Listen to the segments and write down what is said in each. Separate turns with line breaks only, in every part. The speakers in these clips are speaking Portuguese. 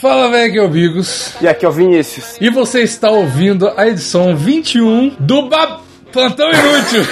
Fala, velho, aqui é o Bigos.
E aqui é o Vinícius.
E você está ouvindo a edição 21 do Ba... Plantão Inútil.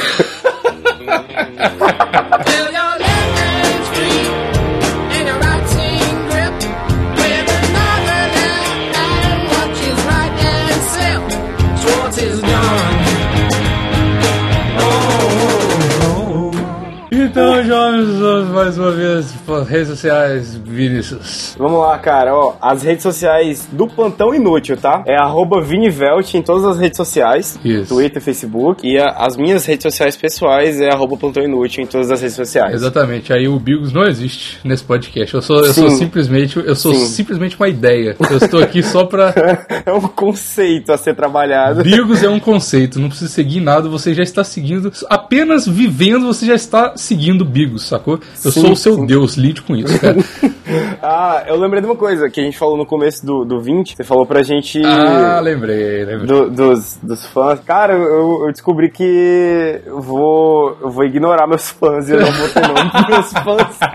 Então, jovens, vamos mais uma vez, pô, redes sociais, Vinícius.
Vamos lá, cara, ó, as redes sociais do Plantão Inútil, tá? É arroba Vinivelt em todas as redes sociais,
Isso.
Twitter, Facebook, e a- as minhas redes sociais pessoais é arroba Plantão Inútil em todas as redes sociais.
Exatamente, aí o Bigos não existe nesse podcast. Eu sou, eu sou
Sim.
simplesmente, eu sou
Sim.
simplesmente uma ideia. Eu estou aqui só pra.
É um conceito a ser trabalhado.
Bigos é um conceito, não precisa seguir nada, você já está seguindo, apenas vivendo, você já está seguindo Bigos, sacou? Eu
Sim,
sou o seu
sim.
Deus, lide com isso, cara.
Ah, eu lembrei de uma coisa que a gente falou no começo do, do 20, você falou pra gente...
ah, lembrei, lembrei.
do- dos, dos fãs. Cara, eu, eu descobri que eu vou, eu vou ignorar meus fãs e eu não vou ter nome pros meus fãs.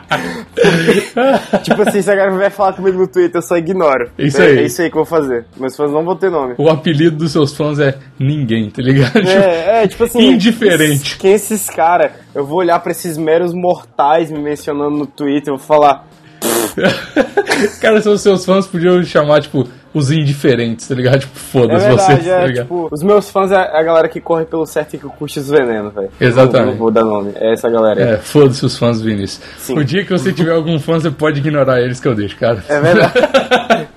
Porque, tipo assim, se a galera vier falar comigo no Twitter, eu só ignoro.
É isso
É,
aí.
é isso aí que eu vou fazer. Meus fãs não vão ter nome.
O apelido dos seus fãs é ninguém, tá ligado?
É, é, tipo assim.
Indiferente.
esses- Quem esses caras? Eu vou olhar pra esses meros mortais me mencionando no Twitter, eu vou falar.
Tipo, Cara, se os seus fãs podiam chamar, tipo, os indiferentes, tá ligado? Tipo,
É
foda-se
verdade,
vocês, tá
é,
ligado?
tipo, os meus fãs é a galera que corre pelo certo e que curte os venenos, velho.
Exatamente.
Não, não vou dar nome, é essa galera. aí.
É, foda-se os fãs do Vinícius.
Sim.
O dia que você tiver algum fã, você pode ignorar eles que eu deixo, cara.
É verdade.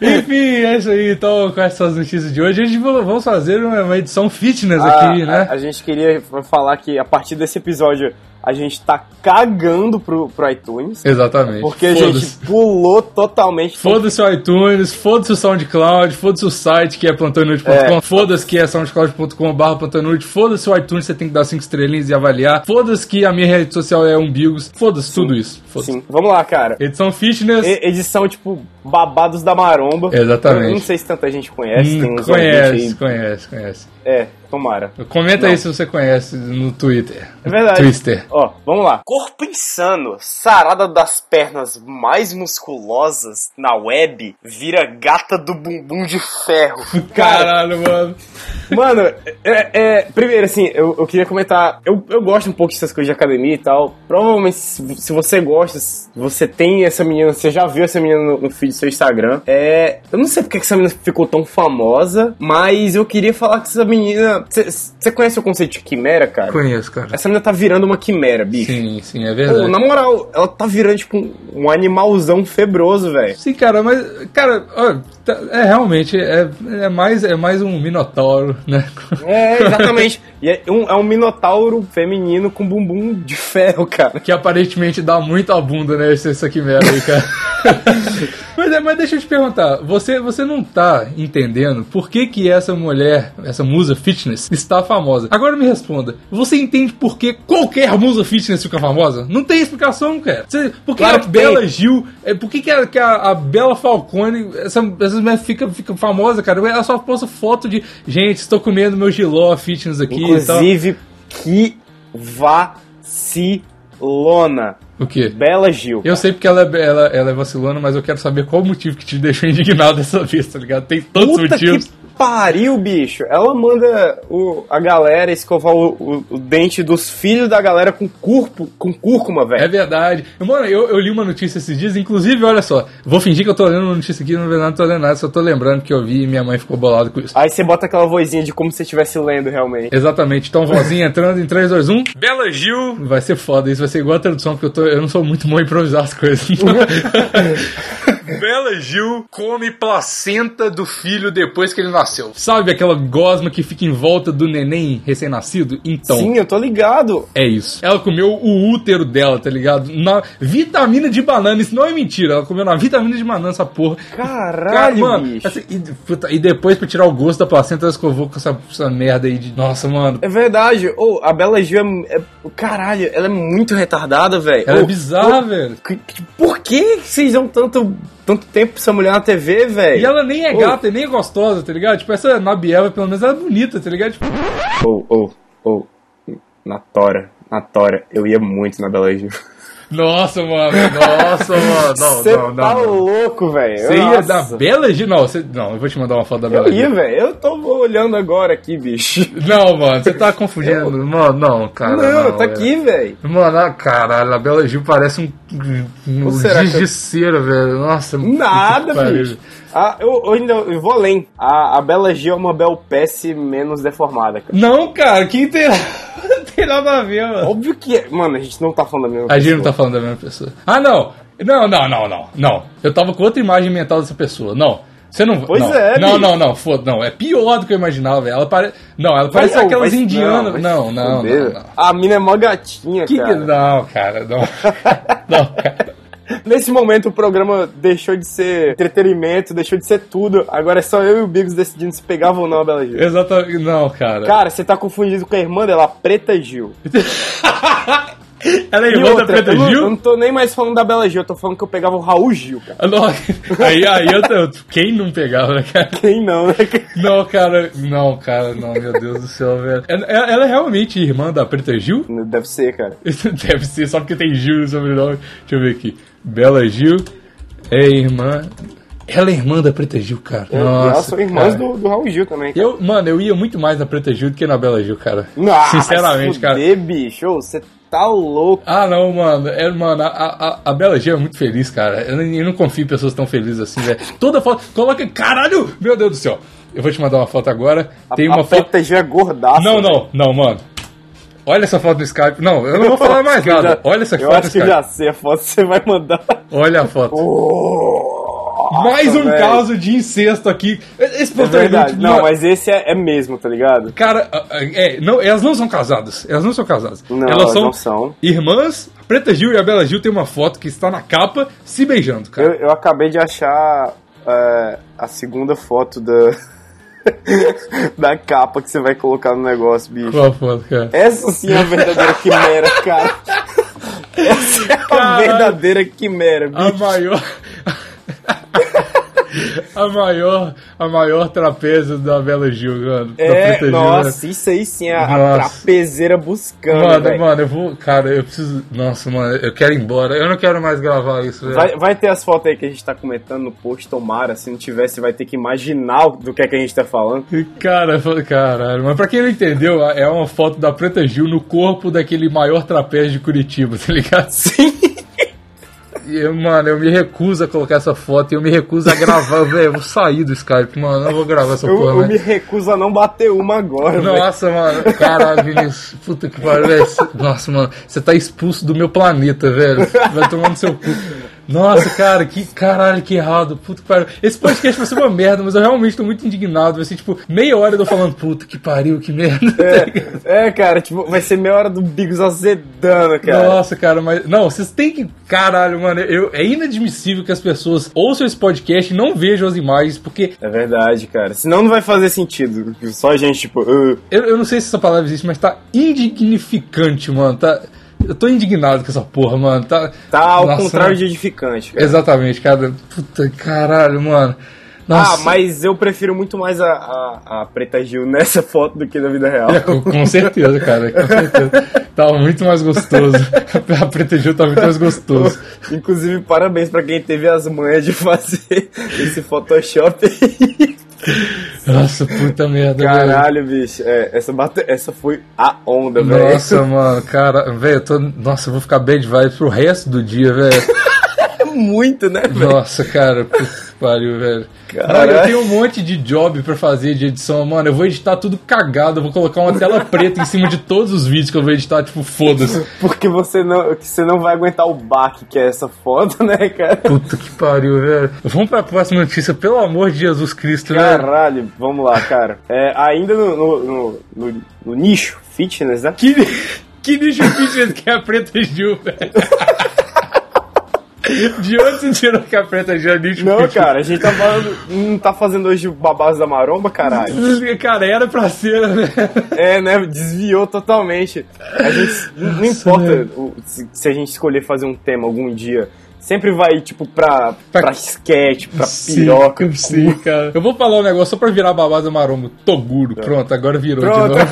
Enfim, é isso aí. Então, com essas notícias de hoje, a gente va- vamos fazer uma uma edição fitness aqui,
a,
né?
Ah, a- a gente queria falar que a partir desse episódio a gente tá cagando pro, pro iTunes.
Exatamente.
Porque a
É, Foda-se.
gente pulou totalmente.
Foda-se o iTunes, foda-se o SoundCloud, foda-se o site que é plantoinute.com, foda-se que é soundcloud.com.br plantoinute, foda-se o iTunes, você tem que dar cinco estrelinhas e avaliar, foda-se que a minha rede social é umbigos, foda-se tudo isso. Foda-se.
Sim. Vamos lá, cara.
Edição fitness.
E- edição tipo Babados da Maromba.
Exatamente.
Eu não sei se tanta gente conhece. tem
Hum,
uns ouvintes
conhece, conhece, conhece.
aí. É, tomara.
Comenta aí se você conhece no Twitter.
É verdade.
Twister.
Ó, vamos lá. Corpo insano, sarada das pernas mais musculosas na web, vira gata do bumbum de ferro.
Caralho, mano.
Mano, é, é, primeiro, assim, eu, eu queria comentar. Eu, eu gosto um pouco dessas coisas de academia e tal. Provavelmente, se se você gosta, se você tem essa menina, você já viu essa menina no, no feed do seu Instagram. É, eu não sei porque que essa menina ficou tão famosa, mas eu queria falar que essa menina. Você conhece o conceito de quimera, cara?
Conheço, cara.
Essa menina tá virando uma quimera, bicho.
Sim, sim, é
Pô,
verdade.
na moral, ela tá virando, tipo, um- um animalzão febroso, velho.
Sim, cara, mas, cara, ó, tá- é realmente, é, é, mais, é mais um minotauro, né?
É, exatamente. E é um, é um minotauro feminino com bumbum de ferro, cara.
que aparentemente dá muita bunda, né? Esse, essa quimera aí, cara. mas, é, mas deixa eu te perguntar, você, você não tá entendendo por que que essa mulher, essa musa fitness, está famosa? Agora me responda, você entende por que qualquer musa fitness fica famosa? Não tem explicação, cara. Você, por que
Claro
a
que
Bela
tem.
Gil, é, por que, que, a, que a- a Bela Falcone, essa, essa mulher fica, fica famosa, cara? Ela só posta foto de, gente, estou comendo meu giló fitness aqui e
Inclusive, que vacilona.
tal. O quê?
Bela Gil.
Eu sei porque ela é, ela, ela é vacilona, mas eu quero saber qual o motivo que te deixou indignado dessa vez, tá ligado? Tem tantos
Puta
motivos.
que pariu, bicho. Ela manda o- a galera escovar o, o- o dente dos filhos da galera com curpo, com cúrcuma,
É
velho.
verdade. Mano, eu, eu li uma notícia esses dias, inclusive, olha só, vou fingir que eu tô lendo uma notícia aqui, na verdade não tô lendo nada, só tô lembrando que eu vi e minha mãe ficou bolada com isso.
Aí você bota aquela vozinha de como se você estivesse lendo realmente.
Exatamente, então vozinha entrando em 3, 2, 1. Bela Gil! Vai ser foda, isso vai ser igual a tradução, porque eu, tô, eu não sou muito bom em improvisar as coisas. Bela Gil come placenta do filho depois que ele nasceu. Sabe aquela gosma que fica em volta do neném recém-nascido? Então.
Sim, eu tô ligado.
É isso. Ela comeu o útero dela, tá ligado? Na vitamina de banana, isso não é mentira. Ela comeu na vitamina de banana essa porra.
Caralho, bicho.
assim, e, puta, e depois pra tirar o gosto da placenta, ela escovou com essa, essa merda aí de. Nossa, mano.
É verdade. Ô, a Bela Gil é, é- Caralho, ela é muito retardada, velho.
Ela é
Ô,
bizarra, velho.
que- que- Por que vocês dão tanto, tanto tempo pra essa mulher na TV, velho?
E ela nem é
Ô.
gata e nem é gostosa, tá ligado? Tipo, essa Nabiela, pelo menos, ela é bonita, tá ligado? Tipo,
Ou, ou, ou. Na Tora, na Tora, eu ia muito na Bela Gil.
Nossa, mano. Nossa, mano. Não,
Você
não, não,
tá
não.
louco, velho.
Você ia
Nossa.
dar bela de. Não, você- não, eu vou te mandar uma foto da bela
Eu ia,
Gil.
velho. Eu tô olhando agora aqui, bicho.
Não, mano, você tá confundindo. Mano, não, é. cara.
não, tá
velho.
aqui, velho.
Mano, ah, caralho, a Bela Gil parece um, um
Ou será
giz
que eu-
de cera, velho. Nossa,
Nada,
puta que pariu.
bicho. Ah, eu, eu ainda eu vou além. A, a Bela Gil é uma Bel Pace menos deformada, cara.
Não, cara, que tem, não tem nada a ver, mano.
Óbvio que é. Mano, a gente não tá falando da mesma
A gente não
pessoa.
tá falando da mesma pessoa. Ah, não. Não, não, não, não, não. Eu tava com outra imagem mental dessa pessoa. Não. Você não.
Pois
não.
é,
Não,
bicho.
não, não. Foda, não. É pior do que eu imaginava, velho. Ela parece. Não, ela parece
Vai- um
aquelas
vai-
indianas.
vai
Não,
se
não, não,
fuder,
não.
velho. A mina é mó gatinha,
Que é? que-
cara.
Não, cara, não. não, cara.
Nesse momento o programa deixou de ser entretenimento, deixou de ser tudo. Agora é só eu e o Bigos decidindo se pegava ou não a Bela Gil.
Exatamente. Não, cara.
Cara, você tá confundido com a irmã dela, a Preta Gil.
Ela é
E
irmã da
outra,
Preta
eu não- Eu
Gil?
não tô nem mais falando da Bela Gil, eu tô falando que eu pegava o Raul Gil, cara.
Não, aí, aí eu, eu- Quem não pegava, né, cara?
Quem não, né? cara?
Não, cara. Não, cara, não, meu Deus do céu, velho. Ela, ela é realmente irmã da Preta Gil?
Deve ser, cara.
Deve ser, só porque tem Gil no sobrenome. Deixa eu ver aqui. Bela Gil é irmã. Ela é irmã da Preta Gil, cara.
Eu-
Nossa,
É, elas são irmãs
cara.
do, do Raul Gil também.
Eu, mano, eu ia muito mais na Preta Gil do que na Bela Gil, cara.
Ah,
Sinceramente,
se
cara.
fuder, bicho, ô, você tá louco.
Ah, não, mano. É, mano, a, a, a Bela G é muito feliz, cara. Eu, nem- eu não confio em pessoas tão felizes assim, velho. Toda foto. Coloca. Caralho! Meu Deus do céu! Eu vou te mandar uma foto agora.
A-
Tem
a,
uma foto.
Preta Gil é gordaça.
Não,
velho.
não, não, mano. Olha essa foto no Skype. Não, eu não vou falar mais
Eu
nada.
já-
Olha essa
Eu
foto no
acho que
Skype.
já sei a foto que você vai mandar.
Olha a foto. mais um
velho.
caso de incesto aqui. Esse
É
ponto
verdade.
muito-
Não, mas esse é, é mesmo, tá ligado?
Cara, é, não, elas não são casadas. Elas não são casadas.
Não,
elas
elas
são,
não são.
irmãs. A Preta Gil e a Bela Gil têm uma foto que está na capa se beijando, cara.
Eu, eu acabei de achar é, a segunda foto da, da capa que você vai colocar no negócio, bicho.
Qual foto, cara?
Essa sim é a verdadeira quimera, cara. Essa é a
Caralho.
verdadeira quimera, bicho.
A maior. a maior. A maior trapeza da Bela Gil, mano. da Preta
É,
Gil, né?
nossa, isso aí sim é a, a
Nossa.
trapezeira buscando,
Mano, mano,
velho.
mano, eu vou. Cara, eu preciso. Nossa, mano, eu quero ir embora. Eu não quero mais gravar isso, velho.
Vai, vai ter as fotos aí que a gente tá comentando no post, tomara. Se não tiver, você vai ter que imaginar do que é que a gente tá falando.
Cara, eu falo, caralho. Mas pra quem não entendeu, é uma foto da Preta Gil no corpo daquele maior trapézio de Curitiba, tá ligado?
Sim.
E, eu, mano, eu me recuso a colocar essa foto e eu me recuso a gravar, velho. Eu vou sair do Skype, mano. Eu não vou gravar essa
Eu,
porra,
eu
né?
me recuso a não bater uma agora, velho.
Nossa, mano. Caralho, Vinícius. Puta que pariu, velho. Cê- Nossa, mano. Você tá expulso do meu planeta, velho. Vai tomando seu cu. Nossa, cara, que caralho, que errado. Puta que pariu. Esse podcast vai ser uma merda, mas eu realmente tô muito indignado. Vai ser tipo meia hora de eu falando, puta que pariu, que merda. tá ligado?
É, cara, tipo, vai ser meia hora do Bigos azedando, cara.
Nossa, cara, mas. Não, vocês têm que. Caralho, mano, eu, é inadmissível que as pessoas ouçam esse podcast e não vejam as imagens, porque
É verdade, cara. Senão não vai fazer sentido. Só a gente, tipo, "Ah,
Eu, eu não sei se essa palavra existe, mas tá indignificante, mano. Tá, eu tô indignado com essa porra, mano. Tá,
tá ao
Nossa,
contrário
mano.
de edificante, cara.
Exatamente, cara. Puta caralho, mano.
Ah,
Nossa.
mas eu prefiro muito mais a, a, a Preta Gil nessa foto do que na vida real.
É, com- Com certeza, cara, com certeza. Tava muito mais gostoso. A Preta Gil tá muito mais gostoso.
Inclusive, parabéns pra quem teve as manhas de fazer esse Photoshop aí.
Nossa, puta merda, velho.
Caralho, bicho. É, essa, bate... essa foi a onda, velho.
Nossa, mano, cara, velho, eu tô. Nossa, eu vou ficar bad vibes pro resto do dia, velho.
É muito, né, velho?
Nossa, cara, puta que pariu, velho.
Caralho.
Não, eu tenho um monte de job pra fazer de edição, mano. Eu vou editar tudo cagado, eu vou colocar uma tela preta em cima de todos os vídeos que eu vou editar, tipo, foda-se.
Porque você não, que você não vai aguentar o baque que é essa foto, né, cara?
Puta que pariu, velho. Vamos pra próxima notícia, pelo amor de Jesus Cristo, né?
Caralho, vamos lá, cara. É, ainda no, no, no- no- no nicho fitness, né?
Que, que lixo fitness que é a Preta Gil, velho. De onde você tirou que a Preta Gil é lixo
Não,
fitness?
cara, a gente tá falando. Não tá fazendo hoje o babás da maromba, caralho.
Cara, era pra ser, né?
É, né? Desviou
né?
totalmente. A gente, não importa o- se, se a gente escolher fazer um tema algum dia sempre vai, tipo, pra, pra, pra esquete, pra
Sim,
piroca.
Sim, cara. Eu vou falar um negócio só pra virar babado marombo. Toguro. Pronto, agora virou
É. Pronto.
de novo.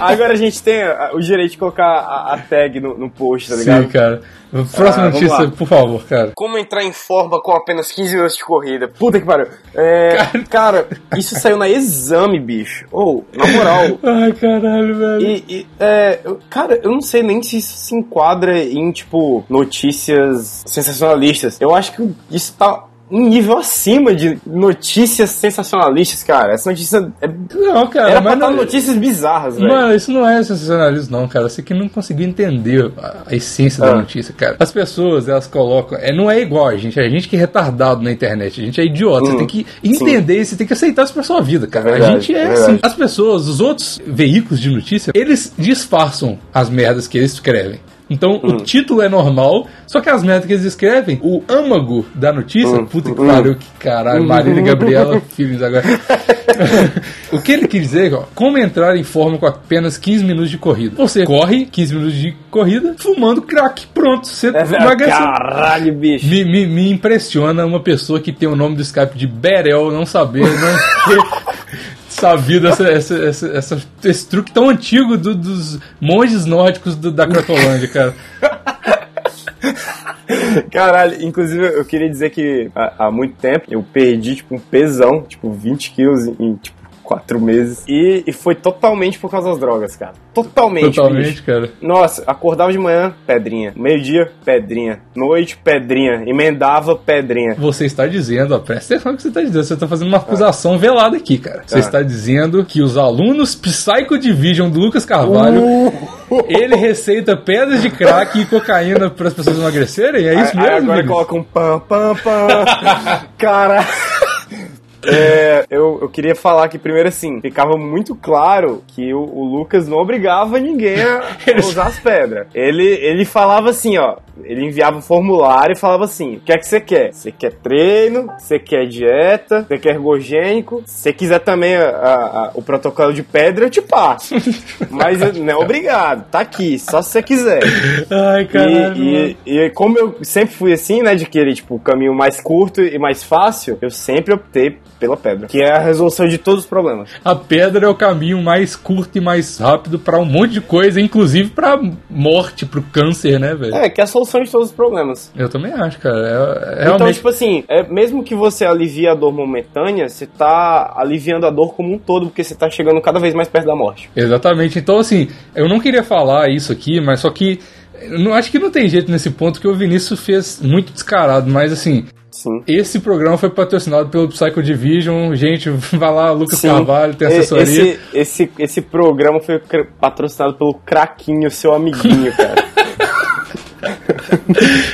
Agora a gente tem a- o direito de colocar a, a tag no, no post, tá ligado?
Sim, cara. Próxima
Ah, vamos
notícia,
lá.
por favor, cara.
Como entrar em forma com apenas 15 minutos de corrida? Puta que pariu. É, cara, isso saiu na exame, bicho. Ou, na moral.
Ai, caralho, velho.
E, e, é, eu- cara, eu não sei nem se isso se enquadra em, tipo, notícias sensacionalistas. Eu acho que isso tá um nível acima de notícias sensacionalistas, cara. Essa notícia é,
Não, cara,
era pra
mas
estar
não- é-
notícias bizarras, velho.
Mano, isso não é sensacionalismo, não, cara. Você que não conseguiu entender a, a essência
Ah.
da notícia, cara. As pessoas, elas colocam. É, não é igual a gente. A gente que é retardado na internet. A gente é idiota.
Hum,
Você tem que entender e você tem que aceitar isso pra sua vida, cara.
É verdade,
a gente é,
é
assim.
verdade.
As pessoas, os outros veículos de notícia, eles disfarçam as merdas que eles escrevem. Então,
Hum.
o título é normal, só que as merdas que eles escrevem, o âmago da notícia, puta que
hum.
pariu, que caralho, Marília e Gabriela, filhos agora. o que ele quis dizer, ó, como entrar em forma com apenas 15 minutos de corrida. Você corre 15 minutos de corrida, fumando crack, pronto, você
É, velho,
emagreceu.
Caralho, bicho.
Me, me, me impressiona uma pessoa que tem o nome do Skype de Berel não saber, não ter sabido essa, essa, essa, essa- esse truque tão antigo do- dos monges nórdicos do- da Crotolândia, cara.
Caralho, inclusive eu queria dizer que há, há muito tempo eu perdi, tipo, um pesão, tipo, 20 quilos em, em, tipo, quatro meses. E, e foi totalmente por causa das drogas, cara. Totalmente, bicho.
Totalmente, cara.
Nossa, acordava de manhã, pedrinha. Meio-dia, pedrinha. Noite, pedrinha. Emendava, pedrinha.
Você está dizendo, ó, presta atenção no que você está dizendo, você está fazendo uma acusação velada aqui, cara.
Ah.
Você está dizendo que os alunos Psycho Division do Lucas Carvalho,
Uh.
ele receita pedras de crack e cocaína para as pessoas emagrecerem? É isso
Aí- aí
mesmo?
agora
Vinícius?
coloca um pam, pam, pam. Cara. É, eu, eu queria falar que, primeiro, assim, ficava muito claro que o, o Lucas não obrigava ninguém a usar as pedras. Ele, ele falava assim, ó. Ele enviava um formulário e falava assim: o que é que você quer? Você quer treino? Você quer dieta? Você quer ergogênico? Se você quiser também a- a- a- o protocolo de pedra, eu te passo. Mas não é obrigado, tá aqui, só se você quiser.
Ai, caralho.
E, e, e como eu sempre fui assim, né, de querer, tipo, o caminho mais curto e mais fácil, eu sempre optei pela pedra, que é a resolução de todos os problemas.
A pedra é o caminho mais curto e mais rápido pra um monte de coisa, inclusive pra morte, pro câncer, né, velho?
É, que é a solução de todos os problemas.
Eu também acho, cara. É- é
Então,
realmente.
tipo assim, é, mesmo que você alivie a dor momentânea, você tá aliviando a dor como um todo, porque você tá chegando cada vez mais perto da morte.
Exatamente. Então, assim, eu não queria falar isso aqui, mas só que. eu Não, acho que não tem jeito nesse ponto que o Vinícius fez muito descarado, mas assim,
Sim.
esse programa foi patrocinado pelo Psycho Division. Gente, vai lá, Lucas
Sim.
Carvalho, tem
E-
assessoria.
Esse, esse, esse programa foi cr- patrocinado pelo Craquinho, seu amiguinho, cara.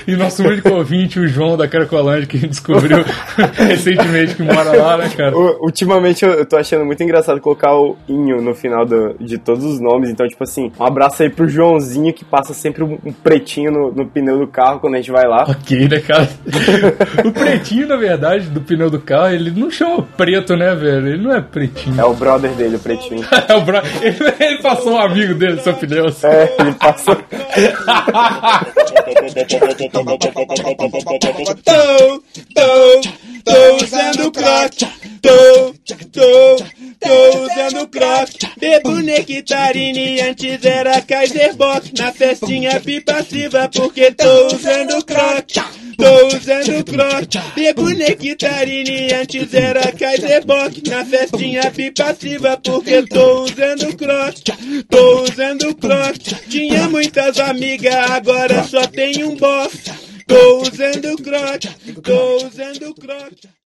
E nosso único ouvinte, o João da Caracolândia, que descobriu recentemente que mora lá, né, cara?
U- Ultimamente eu eu tô achando muito engraçado colocar o Inho no final do- de todos os nomes. Então, tipo assim, um abraço aí pro Joãozinho que passa sempre um um pretinho no, no pneu do carro quando a gente vai lá.
Ok, né, cara? o pretinho, na verdade, do pneu do carro, ele não chama preto, né, velho? Ele não é pretinho.
É o brother dele, o pretinho.
É o bra- ele, ele passou um amigo dele no seu pneu. assim.
É, ele passa.
Tô, tô, tô usando crack. Tô, tô, tô usando crack. Bebo nectarine, antes era Kaiserbock. Na festinha pipassiva, porque tô usando crack. Tô usando crack. Bebo nectarine, antes era Kaiserbock. Na festinha pipassiva, porque tô usando crack. Tô usando crack. Tinha muitas amigas, agora só tem um box. Tô usando croc, tô usando croc.